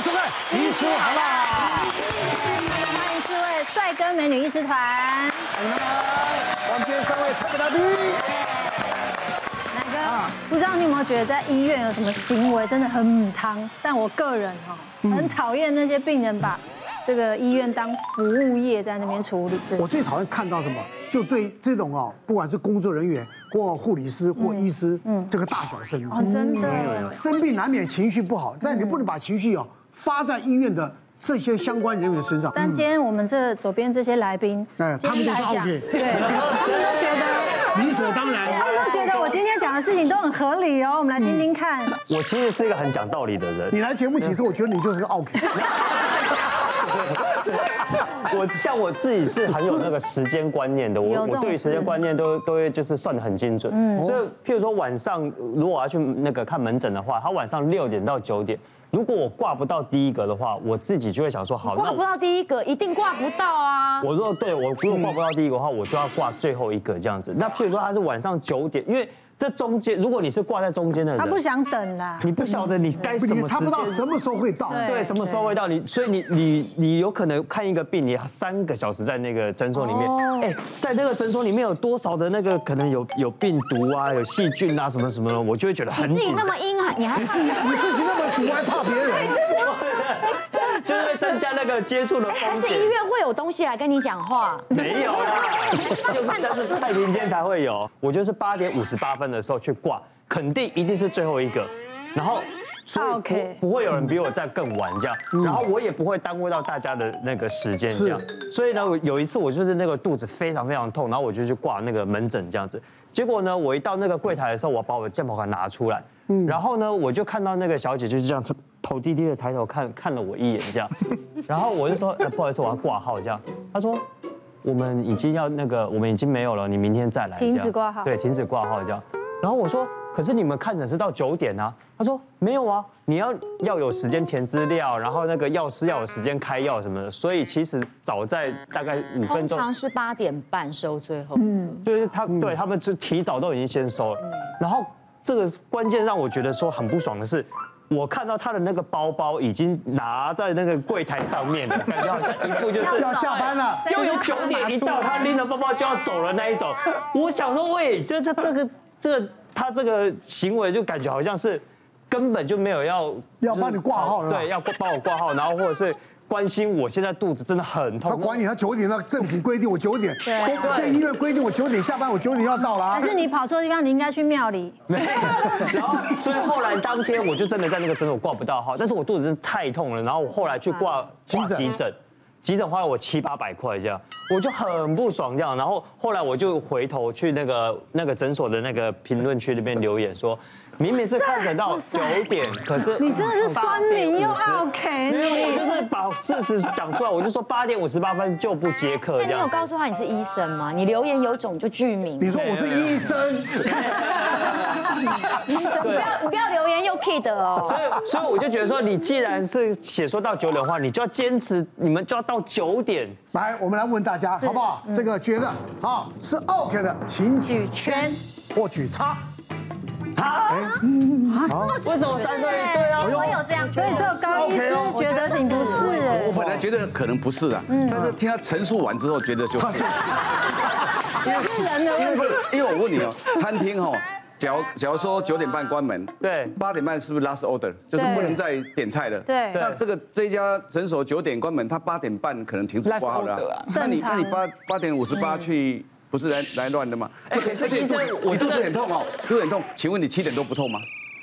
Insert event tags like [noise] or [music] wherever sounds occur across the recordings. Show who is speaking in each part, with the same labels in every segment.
Speaker 1: 医师，好不好？
Speaker 2: 欢迎四位帅哥美女医师团，
Speaker 1: 你们好，我们今天三位特别来宾。
Speaker 2: 奶哥，不知道你有没有觉得在医院有什么行为真的很母汤？但我个人哈，很讨厌那些病人把这个医院当服务业在那边处理。
Speaker 1: 我最讨厌看到什么，就对这种哦，不管是工作人员或护理师或医师，嗯，这个大小声。
Speaker 2: 哦，真的，
Speaker 1: 生病难免情绪不好，但你不能把情绪哦发在医院的这些相关人员身上。嗯
Speaker 2: 但今天我们这左边这些来宾，
Speaker 1: 哎
Speaker 2: 今
Speaker 1: 他们
Speaker 2: 天
Speaker 1: 都是
Speaker 2: 来讲
Speaker 1: OK
Speaker 2: 对，他们都觉得，
Speaker 1: 理所当然。
Speaker 2: 他们 [laughs] 都觉得我今天讲的事情都很合理哦。我们来听听看，
Speaker 3: 我其实是一个很讲道理的人。
Speaker 1: 你来节目几次，我觉得你就是个 OK。
Speaker 3: 我像我自己是很有那个时间观念的，
Speaker 2: 有
Speaker 3: 我
Speaker 2: 这
Speaker 3: 我
Speaker 2: 种嗯
Speaker 3: 对于时间观念都都会就是算的很精准。所以譬如说晚上如果我要去那个看门诊的话，他晚上六点到九点，如果我挂不到第一个的话，我自己就会想说好，
Speaker 4: 挂
Speaker 3: 那
Speaker 4: 不
Speaker 3: 我
Speaker 4: 到第一个，一定挂不到啊！
Speaker 3: 我如果对我如果挂不到第一个的话，我就要挂最后一个这样子。那譬如说他是晚上九点，因为这中间如果你是挂在中间的人，
Speaker 2: 他不想等啦。
Speaker 3: 你不晓得你该什
Speaker 1: 你
Speaker 3: 么时
Speaker 1: 他不
Speaker 3: 间
Speaker 1: 知。道什么时候会到。
Speaker 2: 对
Speaker 4: 哎
Speaker 3: 对，什么时候会到你？所以你你你有可能看一个病，你三个小时在那个诊所里面，
Speaker 4: 哦
Speaker 3: 哎、在那个诊所里面有多少的那个可能有有病毒啊，有细菌啊，什么什么的，我就会觉得很
Speaker 4: 自己
Speaker 3: 紧
Speaker 4: 那
Speaker 3: 张，
Speaker 4: 么阴狠，你还
Speaker 1: 你自己你自己那么毒，还怕别人？
Speaker 3: 就是会增加那个接触的
Speaker 4: 哎还 [laughs]
Speaker 3: 风
Speaker 4: 是
Speaker 3: 险
Speaker 4: 医。院会有东西来跟你讲话？
Speaker 3: 没有 [laughs] 啦，
Speaker 4: [laughs]
Speaker 3: 就但是太平间才会有。我就是八点五十八分的时候去挂，肯定一定是最后一个，然后。所
Speaker 4: 啊
Speaker 3: 以
Speaker 2: OK
Speaker 3: 不不会有人比我在更晚这样，然后我也不会耽误到大家的那个时间这样。所以呢，我有一次我就是那个肚子非常非常痛，然后我就去挂那个门诊这样子。结果呢，我一到那个柜台的时候，我把我的健保卡拿出来，然后呢，我就看到那个小姐就是这样头头低低的抬头看 [laughs] 看了我一眼这样，然后我就说、呃不好意思，我要挂号这样。她说我们已经要那个，我们已经没有了，你明天再来。
Speaker 2: 停止
Speaker 3: 这样
Speaker 2: 挂号
Speaker 3: 对，停止挂号这样。然后我说，可是你们看诊是到九点啊。他说没有啊，你要要有时间填资料，然后那个药师要有时间开药什么的。所以其实早在大概五分
Speaker 4: 通
Speaker 3: 钟，
Speaker 4: 常是八点半收最后，
Speaker 3: 就是他对他们就提早都已经先收了。
Speaker 4: 嗯
Speaker 3: 然后这个关键让我觉得说很不爽的是。我看到他的那个包包已经拿在那个柜台上面了，感觉好像一副就是
Speaker 1: 要下班了。
Speaker 3: 又有九点一到，他拎着包包就要走了那一种。
Speaker 1: [laughs]
Speaker 3: 我想说，喂，这这这个这个他这个行为就感觉好像是根本就没有要
Speaker 1: 要帮你挂号了
Speaker 3: 对，要帮我挂号，然后或者是关心我现在肚子真的很
Speaker 1: 他
Speaker 3: 痛。
Speaker 1: 管你，他九点，他政府规定我九点，
Speaker 2: 对
Speaker 1: 公这医院规定我九点下班，我九点要到了啊
Speaker 2: 还。是你跑错地方，你应该去庙里。
Speaker 3: 没有，然后所以后来当天我就真的在那个诊所挂不到号，但是我肚子真的太痛了，然后我后来去
Speaker 2: 啊
Speaker 3: 挂
Speaker 1: 急
Speaker 3: 挂
Speaker 1: 诊
Speaker 3: 急诊，急诊花了我七八百块这样，我就很不爽这样，然后后来我就回头去那个那个诊所的那个评论区那边留言说。明明是看诊到九点，可是
Speaker 2: 你真的是酸民又
Speaker 4: 啊
Speaker 2: OK
Speaker 3: 没有，我
Speaker 2: 你。
Speaker 3: 就是把事实讲出来，我就说八点五十八分就不接客
Speaker 4: 但
Speaker 3: 这
Speaker 4: 你有
Speaker 3: 样子。
Speaker 4: 告诉他你是医生吗？你留言有种就具名，
Speaker 1: 你说我是医生，
Speaker 4: 医生不要你不要留言又 kid
Speaker 3: [laughs]
Speaker 4: 哦。
Speaker 3: 所以，所以我就觉得说，你既然是写说到九点的话，你就要坚持，你们就要到九点。
Speaker 1: 来，我们来问大家好不好？这个觉得好是 OK 的，请举圈或举叉。
Speaker 3: 啊？为什么三对一对啊？
Speaker 4: 我有这样，哦
Speaker 2: 所以只有高医师觉得你不是哎。
Speaker 5: 我本来觉得可能不是的，
Speaker 2: 嗯
Speaker 5: 但是听他陈述完之后，觉得就是。因为不是，因为我问你哦，餐厅哦，假如假如说九点半关门，
Speaker 3: 对
Speaker 5: 八点半是不是 last order，就是
Speaker 2: 对
Speaker 5: 不能再点菜了？
Speaker 2: 对
Speaker 5: 那这个这家诊所九点关门，他八点半可能停止
Speaker 3: Last
Speaker 5: 挂号了
Speaker 3: order 啊
Speaker 5: 啊。那你
Speaker 2: 正
Speaker 5: 那
Speaker 2: 常嗯
Speaker 5: 你八八点五十八去。不是来来乱的吗？
Speaker 3: 哎可是
Speaker 5: 而且
Speaker 3: 医生
Speaker 5: 肚子
Speaker 3: 我
Speaker 5: 你
Speaker 3: 真
Speaker 5: 肚
Speaker 3: 的
Speaker 5: 子很痛哦，肚子很痛。请问你七点多不痛吗？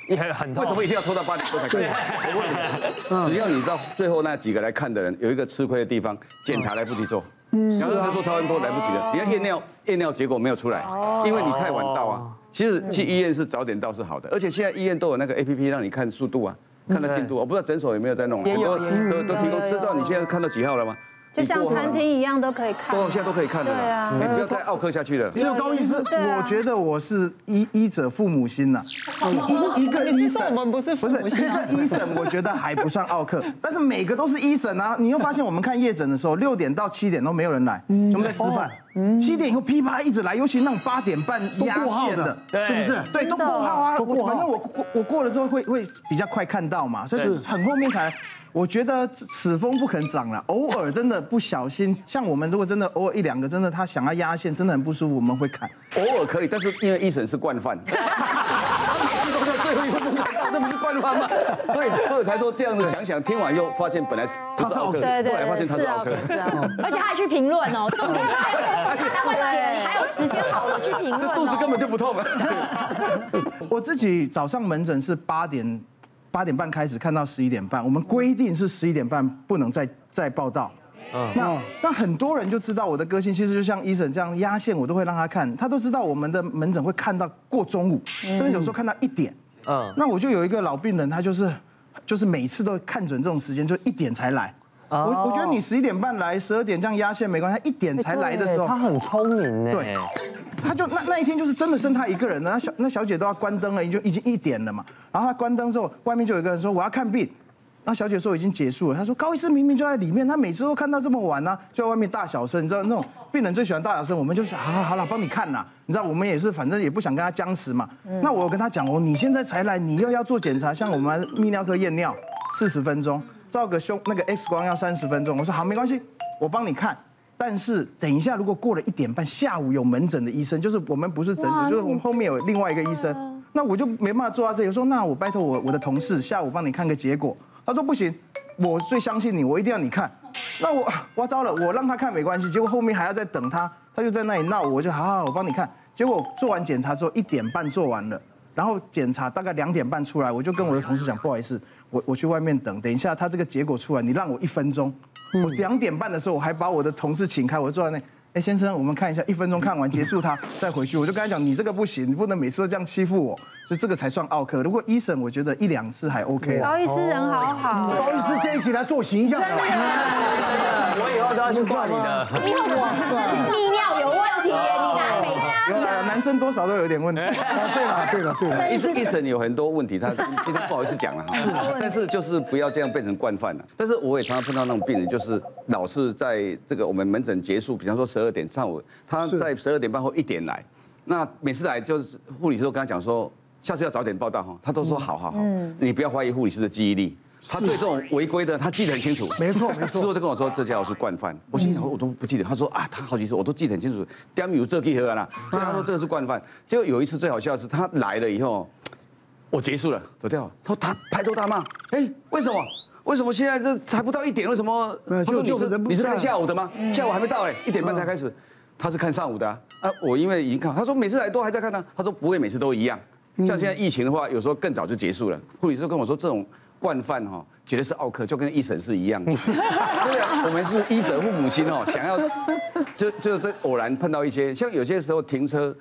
Speaker 3: 也很痛。
Speaker 5: 为什么一定要拖到八点多才可以？我问你，只要你到最后那几个来看的人，有一个吃亏的地方，检查来不及做。然后他说超音波来不及了，你看验尿，验尿结果没有出来，因为你太晚到啊。其实去医院是早点到是好的，而且现在医院都有那个 A P P 让你看速度啊，看到进度啊。我不知道诊所有没有在弄啊，
Speaker 3: 也有
Speaker 5: 都都都提供，知道你现在看到几号了吗？
Speaker 2: 就像餐厅一样都可以看
Speaker 5: 都，现在都可以看的哎
Speaker 2: 对啊
Speaker 5: 了，你不要再奥克下去了。
Speaker 1: 只有高医师，
Speaker 2: 对啊
Speaker 6: 我觉得我是医医者父母心呐、一一 [laughs] 个医生，我们不是不是一个医生，我觉得还不算奥克，但是每个都是医生啊。你又发现我们看夜诊的时候，六点到七点都没有人来，我们在吃饭，七点以后噼啪一直来，尤其那种八点半压线的，
Speaker 3: 对
Speaker 1: 是不是？
Speaker 6: 对，都过号啊，
Speaker 1: 都过号
Speaker 6: 我反正我过我过了之后会会比较快看到嘛，所以很后面才来。我觉得此风不肯长了，偶尔真的不小心，像我们如果真的偶尔一两个，真的他想要压线，真的很不舒服，我们会看。
Speaker 5: 偶尔可以，但是因为医生是惯犯，他每次都是最后一分钟才到，这不是惯犯吗？所以所以才说这样子想想，听完又发现本来是
Speaker 1: 他是
Speaker 5: 奥
Speaker 1: 奥克
Speaker 5: 克，后
Speaker 2: 对对
Speaker 5: 来发现
Speaker 2: 对，
Speaker 5: 他
Speaker 2: 是
Speaker 5: 是
Speaker 2: 啊
Speaker 5: 奥克，，
Speaker 2: 是啊。
Speaker 4: [laughs] 而且他还去评论
Speaker 5: [laughs]
Speaker 4: 哦，重点是还有那么闲，还有时间好了去评论
Speaker 5: 这肚子
Speaker 4: 哦。
Speaker 5: 根本就不痛了。啊
Speaker 6: 我自己早上门诊是八点八点半开始，看到十一点半。我们规定是十一点半不能再再报道。那那很多人就知道我的个性，其实就像医生这样压线，我都会让他看，他都知道我们的门诊会看到过中午，甚至有时候看到一点。
Speaker 3: 嗯，
Speaker 6: 那我就有一个老病人，他就是就是每次都看准这种时间，就一点才来。我我觉得你十一点半来，十二点这样压线没关系，他一点才来的时候，
Speaker 3: 他很聪明呢。
Speaker 6: 对他就那那一天就是真的剩他一个人了，那小那小姐都要关灯了，已经已经一点了嘛。然后他关灯之后，外面就有一个人说我要看病，那小姐说已经结束了。他说高医师明明就在里面，他每次都看到这么晚呢、啊就在外面大小声，你知道那种病人最喜欢大小声，我们就是好好好了，帮你看啦。你知道我们也是，反正也不想跟他僵持嘛。那我有跟他讲哦，你现在才来，你又要做检查，像我们泌尿科验尿四十分钟，照个胸那个 X 光要三十分钟。我说好，没关系，我帮你看。但是等一下，如果过了一点半，下午有门诊的医生，就是我们不是诊所，就是我们后面有另外一个医生，那我就没办法坐在这里。我说那我拜托我我的同事下午帮你看个结果。他说不行，我最相信你，我一定要你看。那我我糟了，我让他看没关系，结果后面还要再等他，他就在那里闹，我就好好好我帮你看。结果做完检查之后一点半做完了。然后检查大概两点半出来，我就跟我的同事讲，不好意思，我我去外面等，等一下他这个结果出来，你让我一分钟。我两点半的时候，我还把我的同事请开，我就坐在那，哎，先生，我们看一下，一分钟看完结束他，再回去。我就跟他讲，你这个不行，你不能每次都这样欺负我，所以这个才算奥克。如果医生，我觉得一两次还 OK 啦。
Speaker 2: 高医师人好好，
Speaker 1: 高医师这一集来做形象的，
Speaker 3: 我以后都要去挂你的。
Speaker 4: 以后我是泌尿有问题耶，你啊拿每天
Speaker 6: 有啦男生多少都有点问题。
Speaker 1: 啊，对了对了对了，
Speaker 5: 医生医生有很多问题，他今天不好意思讲了。是，
Speaker 1: 啊
Speaker 5: 但是就是不要这样变成惯犯了。但是我也常常碰到那种病人，就是老是在这个我们门诊结束，比方说十二点上午，他在十二点半后一点来，那每次来就是护理师都跟他讲说，下次要早点报到哈，他
Speaker 1: 嗯
Speaker 5: 都说好好好，你不要怀疑护理师的记忆力。他对这种违规的，他记得很清楚。
Speaker 1: 没错没错
Speaker 5: 师傅就跟我说，这家伙是惯犯。我心想，我都不记得。他说啊，他好几次我都记得很清楚，damn 有这个喝啦。所以他说这个是惯犯。结果有一次最好笑的是，他来了以后，我结束了，走掉了。他说他拍桌大骂，哎，为什么？为什么现在这才不到一点？为什么？
Speaker 1: 没有
Speaker 5: 他
Speaker 1: 就
Speaker 5: 说你
Speaker 1: 就是人不
Speaker 5: 你是
Speaker 1: 在啊
Speaker 5: 看
Speaker 1: 了
Speaker 5: 下午的吗？
Speaker 1: 嗯
Speaker 5: 下午还没到哎，一点半才开始。他是看上午的啊，啊我因为已经看，他说每次来都还在看呢、啊他说不会每次都一样。
Speaker 1: 嗯
Speaker 5: 像现在疫情的话，有时候更早就结束了。护理师跟我说，这种惯犯哈、绝对是奥克，就跟一审是
Speaker 1: 嗯
Speaker 5: 一样的。 [laughs] 对啊，我们是医者父母心哦，
Speaker 1: [laughs]
Speaker 5: 想要就就是偶然碰到一些，像有些时候停车，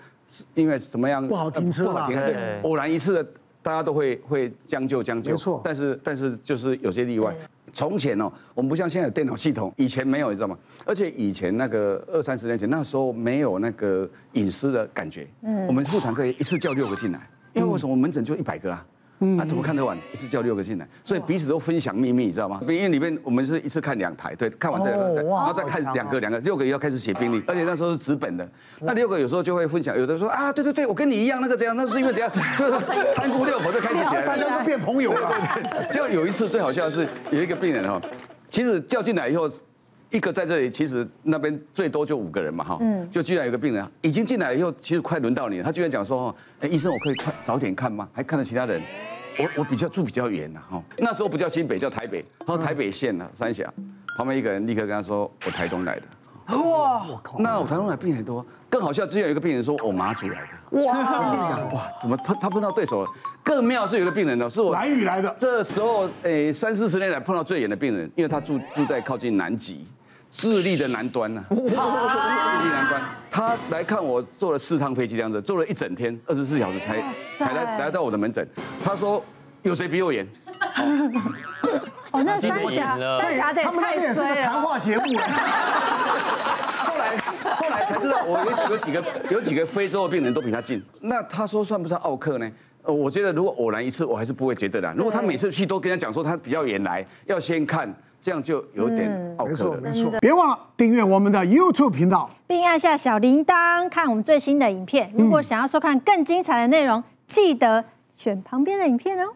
Speaker 5: 因为什么样
Speaker 1: 不好停车啦
Speaker 5: 不好停对
Speaker 3: 对，
Speaker 5: 偶然一次的，大家都会会将就将就，
Speaker 1: 没错
Speaker 5: 但是但是就是有些例外。从前哦，我们不像现在有电脑系统，以前没有，你知道吗？而且以前那个二三十年前，那时候没有那个隐私的感觉。嗯，我们妇产科一次叫六个进来，因为为什么门诊就一百个啊？那、怎么看得完？一次叫六个进来，所以彼此都分享秘密，你知道吗？因为里面我们是一次看两台，对，看完这个，对然后再看两个两个，六个也要开始写病历，而且那时候是纸本的。那六个有时候就会分享，有的说啊，对对对，我跟你一样那个怎样，那是因为怎样， [laughs] 就是三姑六婆就开始写
Speaker 1: 大
Speaker 5: 了。
Speaker 1: 家都变朋友了。
Speaker 5: [laughs] 就有一次最好笑的是，有一个病人哈，其实叫进来以后，一个在这里，其实那边最多就五个人嘛哈，就居然有个病人已经进来以后，其实快轮到你了，他居然讲说哦，哎医生我可以看早点看吗？还看到其他人。我我比较住比较远呐，啊哈，那时候不叫新北，叫台北，然后台北县呐、三峡，旁边一个人立刻跟他说，我台东来的，那我台中来病人很多，更好笑，之前有一个病人说我马祖来的，哇，哇，怎么碰他碰到对手了？更妙是有一个病人呢，哦是我
Speaker 1: 蓝宇来的
Speaker 5: 这时候诶三四十年来碰到最远的病人，因为他住住在靠近南极，智利的南端呢、智利南端，他来看我坐了四趟飞机这样子，坐了一整天，二十四小时才才来来到我的门诊，他说有谁比我远？
Speaker 2: 哦，那三峡三峡得
Speaker 1: 他们那
Speaker 2: 太
Speaker 1: 边也是个
Speaker 2: 衰
Speaker 1: 谈
Speaker 2: 了，
Speaker 1: 话节目了，
Speaker 5: 后来后来才知道，我有有几个有几个非洲的病人都比他近。那他说算不算奥克呢？呃，我觉得如果偶然一次，我还是不会觉得啦。如果他每次去都跟他讲说他比较远来，要先看，这样就有点奥
Speaker 1: 没
Speaker 5: 克
Speaker 1: 错
Speaker 5: 了。
Speaker 1: 没错。别忘了订阅我们的 YouTube 频道。
Speaker 7: 并按下小铃铛看我们最新的影片。如果想要收看更精彩的内容，记得选旁边的影片哦。